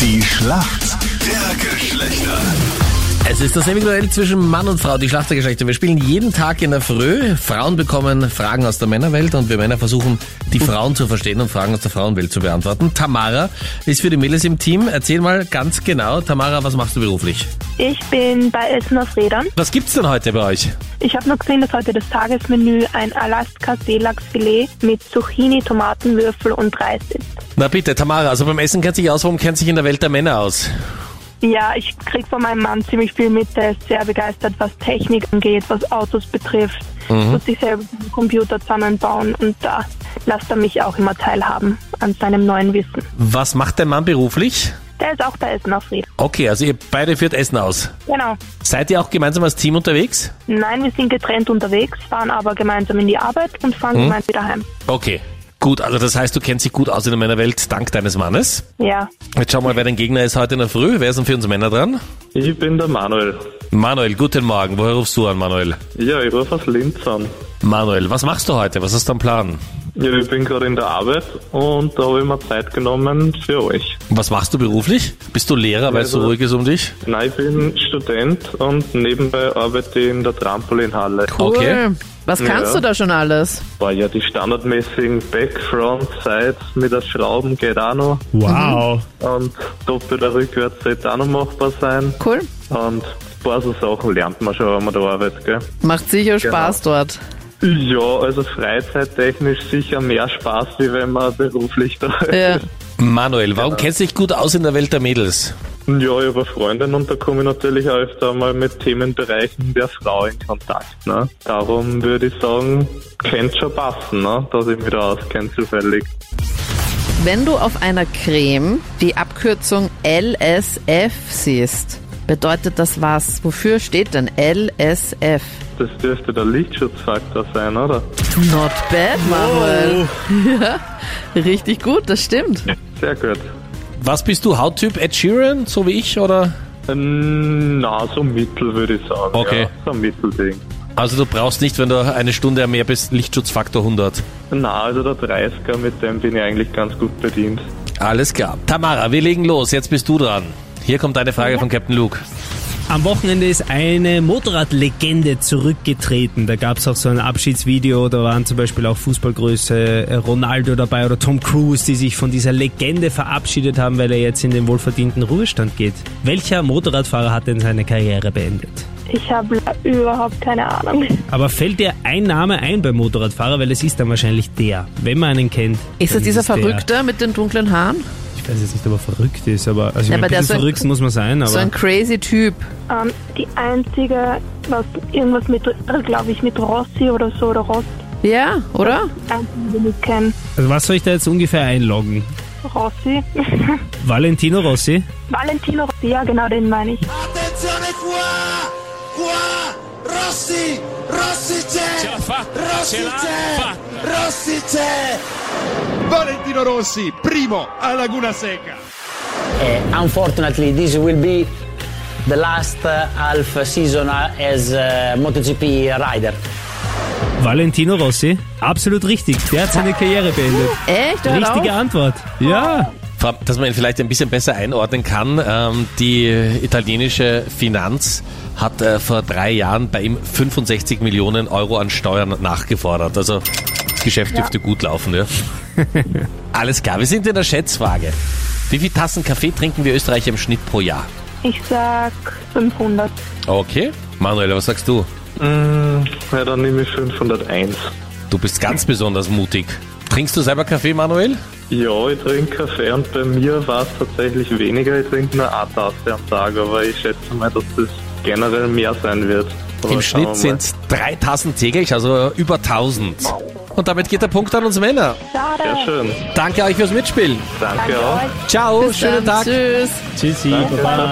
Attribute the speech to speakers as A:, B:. A: Die Schlacht der Geschlechter.
B: Es ist das Semiduell zwischen Mann und Frau, die Schlachtergeschlechter. Wir spielen jeden Tag in der Früh. Frauen bekommen Fragen aus der Männerwelt und wir Männer versuchen, die Frauen zu verstehen und Fragen aus der Frauenwelt zu beantworten. Tamara ist für die Mädels im Team. Erzähl mal ganz genau, Tamara, was machst du beruflich?
C: Ich bin bei Essen auf Rädern.
B: Was gibt's denn heute bei euch?
C: Ich habe noch gesehen, dass heute das Tagesmenü ein Alaska-Seelachsfilet mit Zucchini, Tomatenwürfel und Reis ist.
B: Na bitte, Tamara, also beim Essen kennt sich aus, warum kennt sich in der Welt der Männer aus?
C: Ja, ich krieg von meinem Mann ziemlich viel mit. Der ist sehr begeistert, was Technik angeht, was Autos betrifft. Muss sich selber einen Computer zusammenbauen und da lasst er mich auch immer teilhaben an seinem neuen Wissen.
B: Was macht der Mann beruflich?
C: Der ist auch bei Essen auf Rädern.
B: Okay, also ihr beide führt Essen aus.
C: Genau.
B: Seid ihr auch gemeinsam als Team unterwegs?
C: Nein, wir sind getrennt unterwegs, fahren aber gemeinsam in die Arbeit und fahren gemeinsam wieder heim.
B: Okay. Gut, also das heißt, du kennst dich gut aus in der Männerwelt, dank deines Mannes.
C: Ja.
B: Jetzt schauen wir mal, wer dein Gegner ist heute in der Früh. Wer ist denn für uns Männer dran?
D: Ich bin der Manuel.
B: Manuel, guten Morgen. Woher rufst du an, Manuel?
D: Ja, ich rufe aus Linz an.
B: Manuel, was machst du heute? Was hast du am Plan?
D: Ja, ich bin gerade in der Arbeit und da habe ich mir Zeit genommen für euch.
B: Was machst du beruflich? Bist du Lehrer, weil es so
D: Also-
B: ruhig ist um dich?
D: Nein, ich bin Student und nebenbei arbeite ich in der Trampolinhalle.
B: Okay.
E: Cool. Was
D: Ja.
E: kannst du da schon alles?
D: War ja die standardmäßigen Backfront, Sides mit der Schrauben geht auch noch
F: Wow.
D: und doppelter Rückwärts sollte auch noch machbar sein
E: Cool.
D: und ein paar so Sachen lernt man schon, wenn man da arbeitet, gell?
E: Macht sicher Spaß dort.
D: Ja, also freizeittechnisch sicher mehr Spaß, wie wenn man beruflich da ist.
E: Ja.
B: Manuel, warum kennst du dich gut aus in der Welt der Mädels?
D: Ja, über Freundin und da komme ich natürlich auch öfter mal mit Themenbereichen der Frau in Kontakt. Ne? Darum würde ich sagen, könnte schon passen, ne? dass ich mich da auskenne zufällig.
E: Wenn du auf einer Creme die Abkürzung LSF siehst, bedeutet das was? Wofür steht denn LSF?
D: Das dürfte der Lichtschutzfaktor sein, oder?
E: Not bad, Manuel. Ja, richtig gut, das stimmt.
D: Sehr gut.
B: Was bist du, Hauttyp Ed Sheeran, so wie ich, oder?
D: Ähm, Na, so mittel würde ich sagen.
B: Okay.
D: Ja, so ein Mittelding.
B: Also du brauchst nicht, wenn du eine Stunde am Meer bist, Lichtschutzfaktor 100.
D: Na, also der 30er, mit dem bin ich eigentlich ganz gut bedient.
B: Alles klar. Tamara, wir legen los. Jetzt bist du dran. Hier kommt eine Frage von Captain Luke.
F: Am Wochenende ist eine Motorradlegende zurückgetreten. Da gab es auch so ein Abschiedsvideo, da waren zum Beispiel auch Fußballgröße äh, Ronaldo dabei oder Tom Cruise, die sich von dieser Legende verabschiedet haben, weil er jetzt in den wohlverdienten Ruhestand geht. Welcher Motorradfahrer hat denn seine Karriere beendet?
C: Ich habe überhaupt keine Ahnung.
F: Aber fällt dir ein Name ein beim Motorradfahrer, weil es ist dann wahrscheinlich der, wenn man einen kennt.
E: Ist
F: dann
E: das dieser
F: der.
E: Verrückte mit den dunklen Haaren?
F: Ich weiß jetzt nicht, ob er verrückt ist, aber also ich
E: Ja,
F: mein,
E: aber
F: ein
E: der
F: bisschen
E: ist so ein-
F: verrückt muss man sein, aber
E: So ein crazy Typ.
C: Ähm, die einzige, was irgendwas mit, glaube ich, mit Rossi oder so oder Ross,
E: Ja, oder?
C: die einzige, die ich kenne.
F: also was soll ich da jetzt ungefähr einloggen?
C: Rossi.
F: Valentino Rossi?
C: Valentino Rossi, ja genau den meine ich.
G: Attenzione qua! Qua! Rossi! Rossi c'è! Rossi c'è! Rossi c'è!
H: Valentino Rossi, primo a Laguna Seca.
I: Uh, unfortunately, this will be the last uh, half season uh, as a MotoGP rider.
F: Valentino Rossi? Absolut richtig. Der hat seine Karriere beendet.
E: Echt? Hör auf.
F: Richtige Antwort. Ja.
B: Vor allem, Dass man ihn vielleicht ein bisschen besser einordnen kann, ähm, die italienische Finanz hat äh, vor drei Jahren bei ihm 65 Millionen Euro an Steuern nachgefordert. Also das Geschäft dürfte gut laufen. Ja. Alles klar, wir sind in der Schätzfrage. Wie viele Tassen Kaffee trinken wir Österreicher im Schnitt pro Jahr?
C: Ich sag 500.
B: Okay. Manuel, was sagst du?
D: Mm, Ja, dann nehme ich 501.
B: Du bist ganz besonders mutig. Trinkst du selber Kaffee, Manuel?
D: Ja, ich trinke Kaffee und bei mir war es tatsächlich weniger. Ich trinke nur eine Tasse am Tag, aber ich schätze mal, dass das generell mehr sein wird. Aber
B: Im
D: schauen
B: Schnitt
D: wir mal.
B: sind es 3000 täglich, also über 1000. Und damit geht der Punkt an uns Männer.
C: Schade.
D: Sehr schön.
B: Danke euch fürs Mitspielen.
D: Danke,
C: Danke
D: auch.
C: euch.
B: Ciao,
E: Bis
B: schönen Tag.
E: dann. Tschüss.
F: Tschüssi. Baba.